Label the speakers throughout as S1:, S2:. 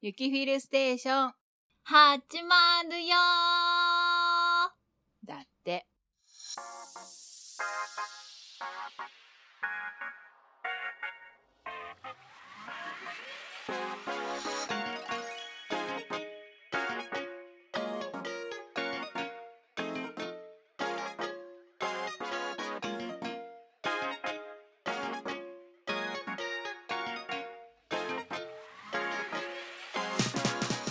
S1: 雪フィルステーション。
S2: 始まるよー
S1: だって。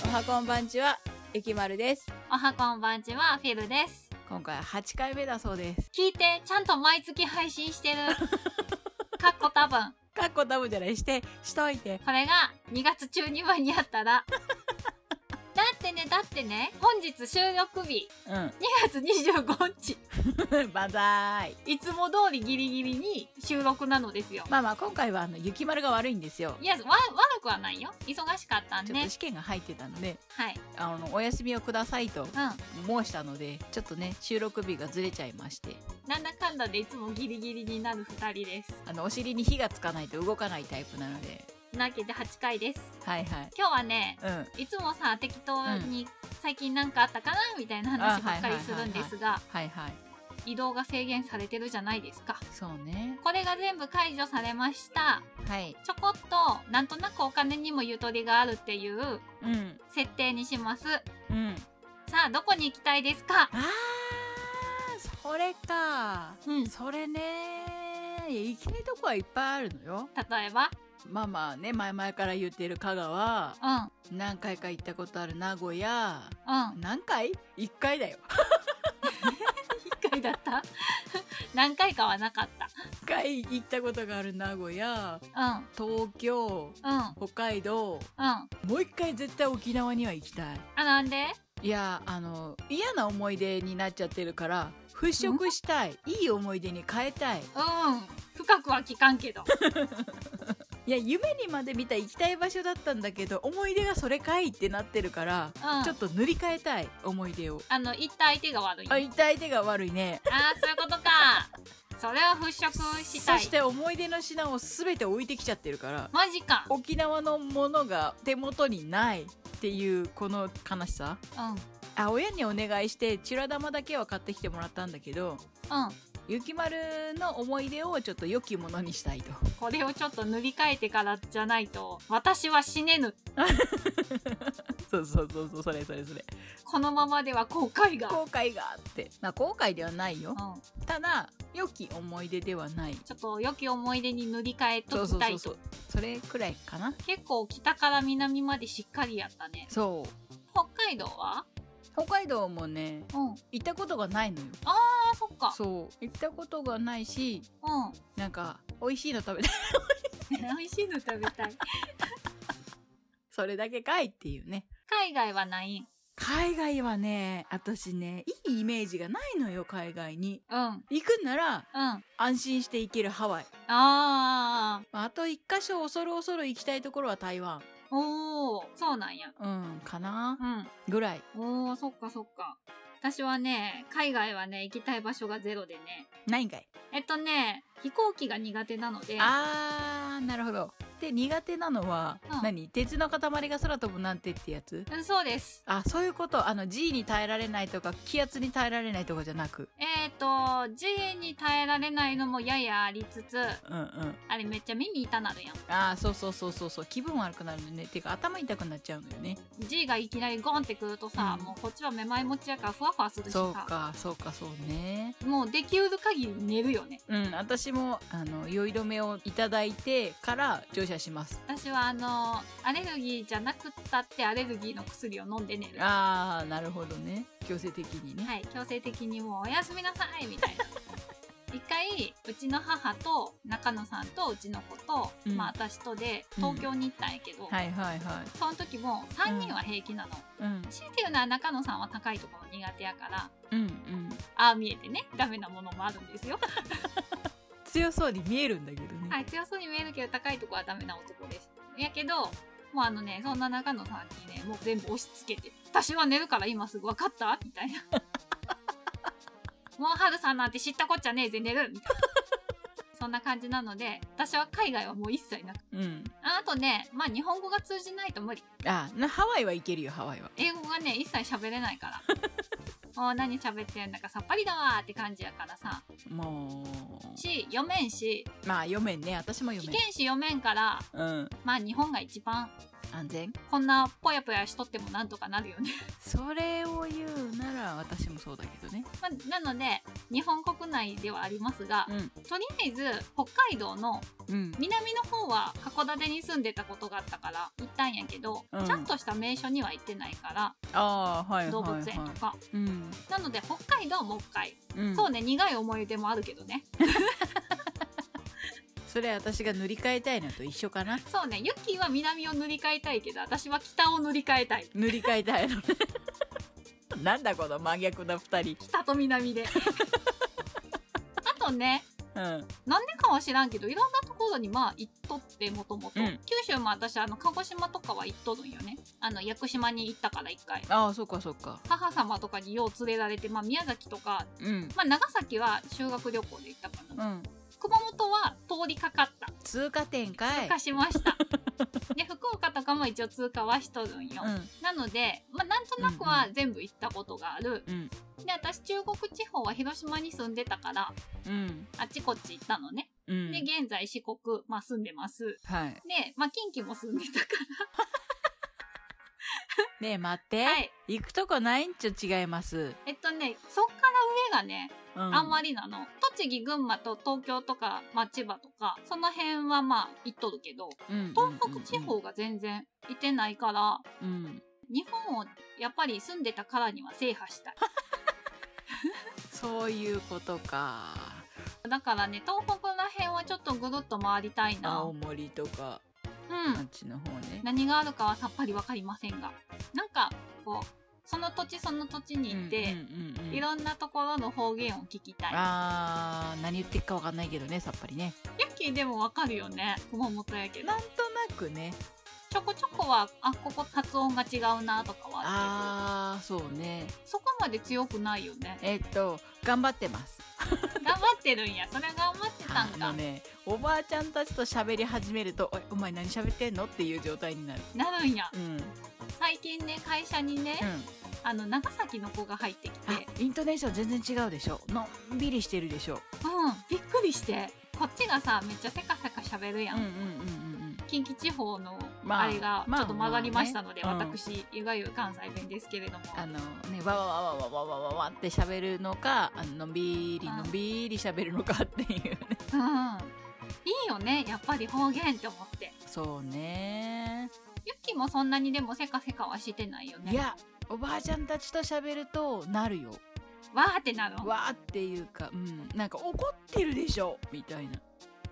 S1: おはこんばんちは、ゆきまるです。
S2: おはこんばんちは、フィルです。
S1: 今回は8回目だそうです。
S2: 聞いて、ちゃんと毎月配信して る。かっこ多分。
S1: かっこダブじゃないして、しといて。
S2: これが2月中に間に合っ たら。だってね、だってね、本日収録日、
S1: う
S2: 2月25日。
S1: ん。バンザーイ。
S2: いつも通りギリギリに収録なのですよ。
S1: まあまあ、今回はあの、雪丸が悪いんですよ。
S2: いや、わ悪くはないよ。忙しかったん
S1: ち
S2: で。
S1: ょっ
S2: はい
S1: と。試験が入ってたので、
S2: う
S1: あの、お休みをくださいと
S2: ん。
S1: 申したので、ちょっとね、収録日がずれちゃいまして、
S2: なんだかんだでいつもギリギリになる2人です。
S1: あの、お尻に火がつかないと動かないタイプなので、
S2: なわけで8回です。
S1: はいはい。
S2: 今日はね、
S1: うん。
S2: いつもさ、適当に最近なんかあったかなみたいな話ばっかりするんですが、
S1: はいはい。
S2: 移動が制限されてるじゃないですか。
S1: そうね。
S2: これが全部解除されました。
S1: はい。
S2: ちょこっと、なんとなくお金にもゆとりがあるっていう
S1: うん。
S2: 設定にします。
S1: うん。
S2: さあ、どこに行きたいですか
S1: あー、それか。
S2: うん。例
S1: それね。いや行きたいとこはいっぱいあるのよ。
S2: えば
S1: まあまあね、前々から言ってる香川、
S2: うん、
S1: 何回か行ったことある名古屋、
S2: うん。
S1: 何回 ?1 回だよ。
S2: 一回だった 何回かはなかった。
S1: 1回行ったことがある名古屋、
S2: うん、
S1: 東京、
S2: うん、うん。
S1: 北海道、
S2: あ、
S1: もう1回絶対沖縄には行きたい。
S2: なんで
S1: いやあの嫌な思い出になっちゃってるから払拭したいいい思い出に変えたい
S2: うん。深くは聞かんけど。
S1: いや夢にまで見た行きたい場所だったんだけど思い出がそれかいってなってるから、
S2: うん。
S1: ちょっと塗り替えたい思い出を
S2: あの、言った相手が悪い。
S1: あ行った相手が悪いね
S2: ああ、そういうことか。それは払拭し
S1: そ
S2: たい。
S1: して思い出の品を全て置いてきちゃってるから
S2: マジか。
S1: 沖縄のものが手元にないっていうこの悲しさ
S2: うん。うん。
S1: あ親にお願いしてチュラ玉だけは買ってきてもらったんだけどゆきまるの思い出をちょっと良きものにしたいと。
S2: これをちょっと塗り替えてからじゃないと、私は死ねぬ。
S1: そうそうそうそうそれそれそれ
S2: このままでは後悔が。
S1: 後悔があってまあ後悔ではないよ
S2: うん。
S1: ただ良き思い出ではない
S2: ちょっと良き思い出に塗り替え
S1: そ
S2: と
S1: うそう
S2: きた
S1: そ
S2: いう
S1: そ
S2: と
S1: う。それくらいかな
S2: 結構北から南までしっかりやったね。
S1: そう
S2: 北海道は
S1: 北海道もね
S2: うん。
S1: 行ったことがないのよ
S2: ああ、そっか。
S1: そう行ったことがないし
S2: うん。
S1: なんか美味しいの食べたい
S2: 美味しいの食べたい。
S1: それだけかいっていうね
S2: 海外はない
S1: 海外はね私ねいいイメージがないのよ海外に
S2: うん。うん。
S1: 行くんなら
S2: あ
S1: 安心して行けるハワイ
S2: あー。
S1: まああと一箇所恐る恐る行きたいところは台湾
S2: おー。そうなんや。
S1: うんかな
S2: うん。
S1: ぐらい
S2: おー、そっかそっか。私はね、海外はね、行きたい場所がゼロでね。
S1: ないんかい
S2: えっとね、飛行機が苦手なので、
S1: あーなるほどで苦手なのは、
S2: うん
S1: 何鉄の塊が空飛ぶなんてってやつ
S2: うん、そうです。
S1: あそういうことあの G に耐えられないとか気圧に耐えられないとかじゃなく
S2: えっ、と、G に耐えられないのもややありつつ、
S1: うんうん
S2: あれめっちゃ耳痛なるや
S1: あーそうそうそうそうそう気分悪くなるのねてか頭痛くなっちゃうのよね
S2: ん。G がいきなりゴンってくるとさ、
S1: うん
S2: もうこっちはめまい持ちやからふわふわするし
S1: そう
S2: さ、
S1: かそうかそうね
S2: もうできうる限り寝るよね。
S1: うん私もあの酔い止めをいただいてから乗車します
S2: 私はあの、アレルギーじゃなくったってアレルギーの薬を飲んで寝る。は
S1: あーなるほどね強制的にね、
S2: い、強制的にもうおやすみなさいみ たいな。一回、うちの母と中野さんとうちの子と、
S1: うん
S2: まあ私とで
S1: うん
S2: 東京に行ったんやけど、
S1: はい、はいはい
S2: その時も3人は平気なの。
S1: うん
S2: 強いて言うのは中野さんは高いところ苦手やから、
S1: うんうん
S2: ああ見えてね、ダメなものもあるんですよ。
S1: 強そうに見えるんだけど ね、
S2: はい、強そうに見えるけど高いとこはダメな男です。やけど、もうあのね、そんな中野さんにね、もう全部押し付けて、私は寝るから今すぐ分かったみたいな。 もう春さんなんて知ったこっちゃねえぜ、寝るみたいな。 そんな感じなので、私は海外はもう一切なく。
S1: うん。
S2: ああとね、まあ日本語が通じないと無理。
S1: あ、なハワイは行けるよ、ハワイは。
S2: 英語がね、一切喋れないから。 もう何喋ってんだかさっぱりだわーって感じやからさ。
S1: も
S2: し、読めんし、
S1: う、まあ、読めんね。私も
S2: 危
S1: 読めん。
S2: 険し読めんから、
S1: うん。
S2: まあ日本が一番、
S1: 安全
S2: こんなぽやぽやしとってもなんとかなるよね。
S1: それを言うなら、私もそうだけどね。
S2: まあなので、日本国内ではありますが、
S1: うん。
S2: とりあえず北海道の
S1: うん。
S2: 南の方は函館に住んでたことがあったから行ったんやけど、
S1: うん
S2: ちゃんとした名所には行ってないか
S1: ああ、はいはい
S2: ら動
S1: はい。
S2: 物園とか、
S1: うん。
S2: なので北海道はもう一回、
S1: うん、
S2: そうね苦い思い出もあるけどね
S1: それ私が塗り替えたいのと一緒かな
S2: そうねユッキーは南を塗り替えたいけど私は北を塗り替えたい
S1: 塗り替えたい のなんだこの真逆な二人
S2: 北と 南であとね
S1: うん
S2: なんでかは知らんけどいろんなところにまあ行っとってもともと
S1: うん
S2: 九州も私あの鹿児島とかは行っとるんよねあの屋久島に行ったから一回
S1: ああそっかそっか
S2: 母様とかによう連れられて、まあ、宮崎とか
S1: うん
S2: まあ、長崎は修学旅行で行ったかな、
S1: うん
S2: 熊本は通りかかった
S1: 通過点かい
S2: 通過しました で福岡とかも一応通過はしとるんよ、
S1: う
S2: なので、まあ、なんとなくは全部行ったことがある、
S1: んうん
S2: で私中国地方は広島に住んでたから
S1: うん
S2: あっちこっち行ったのね、
S1: うん
S2: で現在四国、まあ、住んでます
S1: はい
S2: で、まあ、近畿も住んでたか
S1: ねえ待って、
S2: ら、はい、
S1: 行くとこないんちょ違います、
S2: えっとねそっから上がね
S1: うん、
S2: あんまりなの、栃木群馬と東京とか、まあ、千葉とかその辺はまあ行っとるけど
S1: うん
S2: 東北地方が全然いてないから
S1: うん
S2: 日本をやっぱり住んでたからには制覇したい
S1: そういうことか
S2: だからね東北ら辺はちょっとぐるっと回りたいなう
S1: 青
S2: ん
S1: 森とかあっちの方ね
S2: 何があるかはさっぱり分かりませんがなんかこうその土地その土地に行って、
S1: うんうんうんうん
S2: いろんなところの方言を聞きたい
S1: あー何言ってっかわかんないけどねさっぱりね
S2: ヤッキーでも分かるよね熊本やけど
S1: なんとなくね
S2: ちょこちょこはあここ発音が違うなとかはある
S1: あーそうね
S2: けどそこまで強くないよね
S1: えっと頑張ってます
S2: 頑張ってるんやそれ頑張ってたん
S1: あ
S2: か
S1: のねおばあちゃんたちと喋り始めると「おいお前何喋ってんの?」っていう状態になる
S2: なるんや
S1: うん、うん、
S2: 最近ね会社にね、あの長崎の子が入ってきて、うん
S1: あ、イントネーション全然違うでしょのんびりしてるでしょ
S2: びっくりしてこっちがさめっちゃせかせか喋るやん、
S1: うんうん
S2: 近畿地方の
S1: まあ
S2: あれがちょっと曲がりましたので、
S1: まあまあねうん
S2: 私いわゆる関西弁ですけれども、
S1: あのねわわわわわわわわわって喋るのかあののんびり
S2: うん
S1: のんびり喋るのかっていうね
S2: うん、いいよねやっぱり方言って思って
S1: そうね
S2: ユッキーもそんなにでもせかせかはしてないよね
S1: いやおばあちゃんたちと喋るとなるよ
S2: わーってなるの
S1: わーっていうか、うん、なんか怒ってるでしょみたいな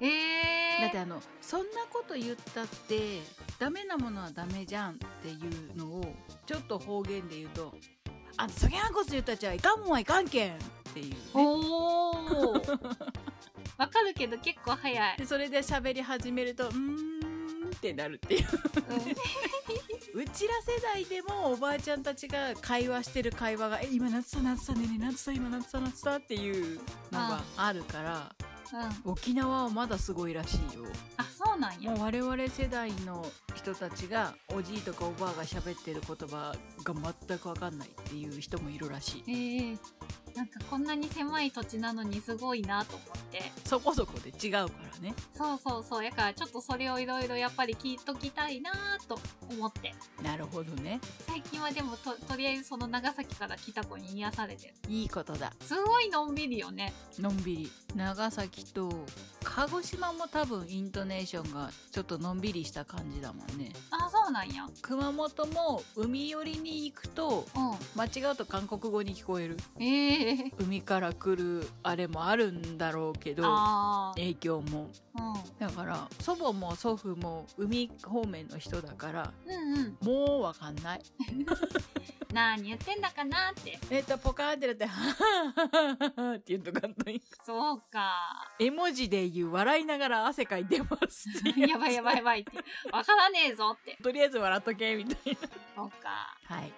S2: え
S1: だっ
S2: え
S1: てあのそんなこと言ったってダメなものはダメじゃんっていうのをちょっと方言で言うと「あんたそげんこつ言ったちゃいかんもんはいかんけん」っていう、ね、
S2: おお わかるけど結構早い、
S1: でそれで喋り始めると「うーん」ってなるっていう
S2: うん
S1: うちら世代でもおばあちゃんたちが会話してる会話が「え今夏さ夏さねえねえ夏さ今夏さ夏さ」っていうのがあるから
S2: うん、
S1: 沖縄はまだすごいらしいよ。
S2: あそうなんや
S1: もう我々世代の人たちがおじいとかおばあが喋ってる言葉が全く分かんないっていう人もいるらしい
S2: えー、なんかこんなに狭い土地なのにすごいなと思って
S1: そこそこで違うからね
S2: そうそうそうやからちょっとそれをいろいろやっぱり聞いときたいなと思って
S1: なるほどね
S2: 最近はでもととりあえずその長崎から来た子に癒されてる
S1: いいことだ
S2: すごいのんびりよね
S1: のんびり長崎と鹿児島も多分イントネーションがちょっとのんびりした感じだもんね
S2: あそうなんや
S1: 熊本も海寄りに行くと
S2: う
S1: 間違うと韓国語に聞こえる
S2: んええー、
S1: 海から来るあれもあるんだろうけど
S2: あ
S1: 影響も
S2: あ
S1: だから祖母も祖父も海方面の人だから
S2: うんうんうん
S1: もうわかんない
S2: 何言ってんだかなって
S1: えっとポカーンってなって「はははははって言うとかんといい
S2: そうか
S1: 絵文字で言う笑いながら汗かいてますって いう
S2: やばいやばいやばいってわからねえぞって
S1: とりあえず笑っとけみたいな
S2: そうか
S1: はい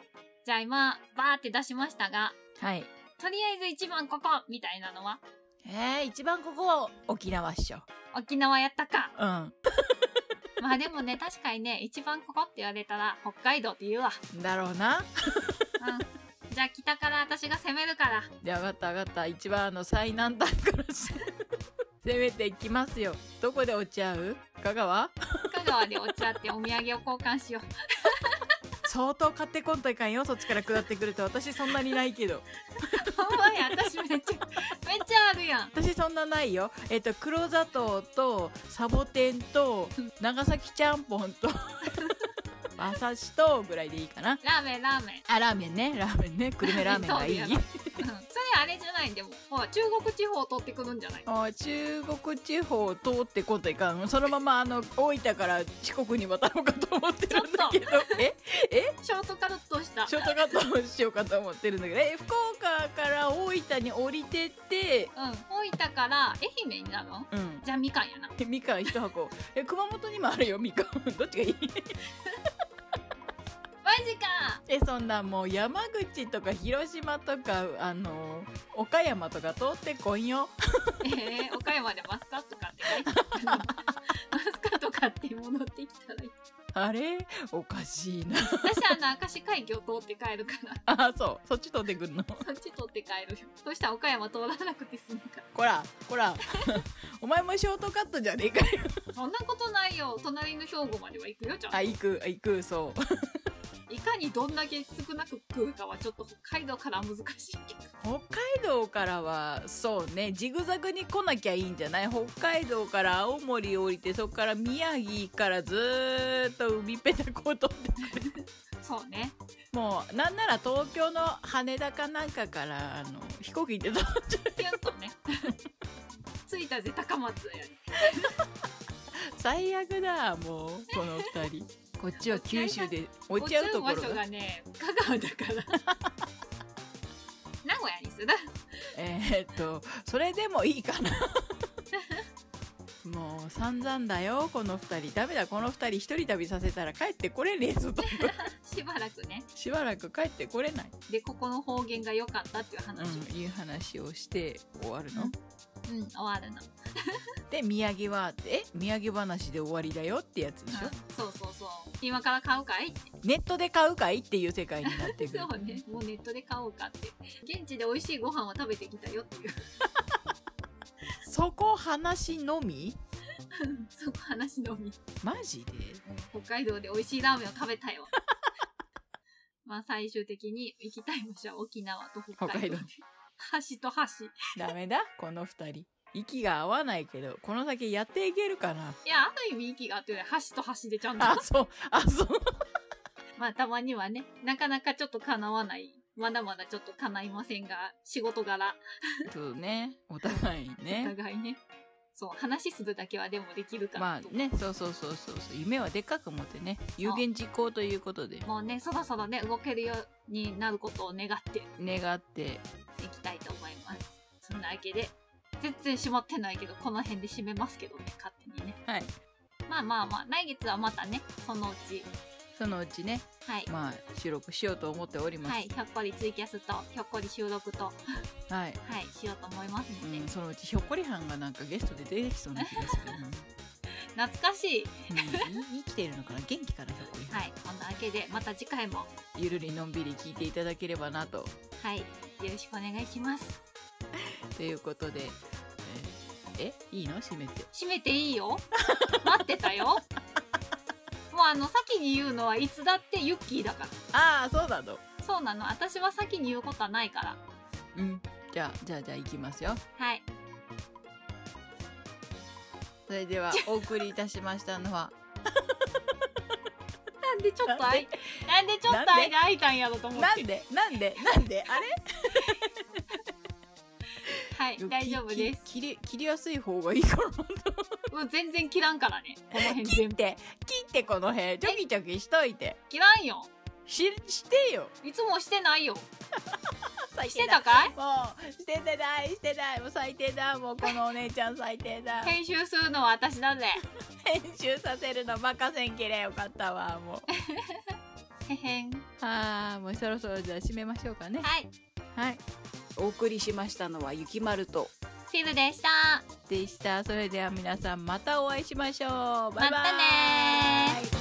S2: じゃあ今バーって出しましたが
S1: はい
S2: とりあえず一番ここみたいなのは
S1: えー、一番ここは沖縄っしょ
S2: 沖縄やったか。
S1: う
S2: まあでもね、確かにね、一番ここって言われたら、北海道って言うわ。
S1: んだろうな
S2: うん。じゃあ北から私が攻めるから。
S1: で上がった上がった一番あの最南端からして 攻めていきますよどこで落ち合う香川
S2: 香川でお茶ってお土産を交換しよう。
S1: 相当買ってこんといかんよそっちから下ってくると私そんなにないけど
S2: ほんまや、私めっちゃ、めっちゃあるやん。
S1: 私そんなないよえっ、と黒砂糖とサボテンと長崎ちゃんぽん と馬刺しとぐらいでいいかな
S2: ラーメン、ラーメン。
S1: あラーメンねラーメンね久留米ラーメンがいい
S2: そうやなうん。それあれじゃないでも、ほら、中国地方取ってくるんじゃない
S1: あ中国地方を通ってこといかんそのままあの大分から四国に渡ろうかと思ってるんだけどえ
S2: ショートカット した。
S1: ショートカットをしようかと思ってるんだけどえ福岡から大分に降りてって
S2: うん。大分から愛媛になるの
S1: うん
S2: じゃあみかんやな。
S1: みかん一箱え熊本にもあるよみかんどっちがいい
S2: マジか
S1: えそんなもう山口とか広島とかあの岡山とか通ってこんよ
S2: えー、岡山でマスカット買って帰ってきたのマスカット買って戻ってきたらいい
S1: あれおかしいな
S2: 私あの明石海峡通って帰るから
S1: あそうそっち通ってくんの
S2: そっち取って帰るよそしたら岡山通らなくて済むか
S1: こらこら お前もショートカットじゃねえかよ
S2: らそんなことないよ隣の兵庫までは行くよじゃん
S1: あ行く行くそう
S2: いかにどんだけ少なく食うかはちょっと北海道からは難しいけど
S1: 北海道からはそうねジグザグに来なきゃいいんじゃない北海道から青森降りてそこから宮城からずーっと海ぺたこを取って
S2: そうね
S1: もうなんなら東京の羽田かなんかからあの飛行機で飛んじゃう
S2: ピュンとね 着いたぜ高松や
S1: 最悪だもうこの二人こっちは九州で落ち合うところ
S2: 落ち合う
S1: が
S2: 場所がね香川だから 名古屋にする
S1: えーっとそれでもいいかなもう散々だよこの二人ダメだこの二人一人旅させたら帰ってこれねえぞと
S2: しばらくね
S1: しばらく帰ってこれない、
S2: でここの方言が良かったっていう
S1: う
S2: 話、
S1: ん、いう話をして終わるの、
S2: うんうん終わるの、うん、
S1: で宮城はえ宮城話で終わりだよってやつでしょ、
S2: そうそうそう今から買うかい
S1: ネットで買うかいっていう世界になってくる
S2: そう ねもうネットで買おうかって現地で美味しいご飯を食べてきたよっていう
S1: そこ話のみ
S2: そこ話の み
S1: マジで
S2: 北海道で美味しいラーメンを食べたよ まあ最終的に行きたい場所は沖縄と北
S1: 北海
S2: 海道で
S1: 道
S2: 橋と橋
S1: ダメだこの二人息が合わないけどこの先やっていけるかない
S2: やある意味息があってね橋と橋でちゃんと
S1: あそうあそう
S2: まあたまにはね、なかなかちょっと叶わない。まだまだちょっと叶いませんが、仕事柄、
S1: そうねお互い
S2: お
S1: ね
S2: 互いね。そう、話するだけはでもできるから。
S1: まあねそうそうそうそうそう夢はでっかく持ってね有言実行ということで
S2: もうね、そろそろね、動けるようになることを願って
S1: 願って
S2: いきたいと思います。そんなわけで、全然閉まってないけど、この辺で閉めますけどね、勝手にね。
S1: はい
S2: まあまあまあ、来月はまたね、そのうち、
S1: そのうちね
S2: はい。
S1: まあ収録しようと思っております
S2: はい、ひょっこりツイキャスと、ひょっこり収録と、は
S1: はい、
S2: い、しようと思いますので、
S1: うん、そのうちひょっこりはんがなんかゲストで出てきそうな気がする な、
S2: 懐かしい。
S1: うんい生きてるのかな元気かなひょっこりはん、
S2: はい、こんなわけで、また次回も
S1: ゆるりのんびり聞いていただければなと
S2: はい、よろしくお願いします。
S1: ということでえーえいいの閉めて
S2: 閉めていいよ。 待ってたよ。もうあの先に言うのはいつだってユッキーだか
S1: ああそうなの
S2: ら。そうなの。私は先に言うことはないから。
S1: うんじゃあじゃあじゃあいきますよ
S2: はい。
S1: それではお送りいたしましたのは
S2: なんでちょっとあい、なんでちょっと
S1: なんで
S2: 間空いたんやろと思っ
S1: なん
S2: て。
S1: でなんでなんで あれ
S2: はい、大丈夫です。
S1: き切り切りやすい方がいい かなと思
S2: もう全然切らんからね。この辺
S1: 切
S2: 全
S1: っ
S2: 部
S1: て切ってこの辺ちょきちょきしといて
S2: 切らんよ。
S1: ししてよ
S2: いつもしてないよ。
S1: 最
S2: して
S1: 低
S2: た
S1: だ
S2: かい？
S1: もうしててないしてないもう最低だもうこのお姉ちゃん最低だ
S2: 編集するのは私だぜ。
S1: 編集させるの任せんきれよかったわもう
S2: へへん。
S1: あーもうそろそろじゃあ締めましょうかね
S2: はい。
S1: はいお送りしましたのはゆきまると
S2: ひシブでした
S1: でしたそれでは皆さんまたお会いしましょうバイバイ
S2: またねー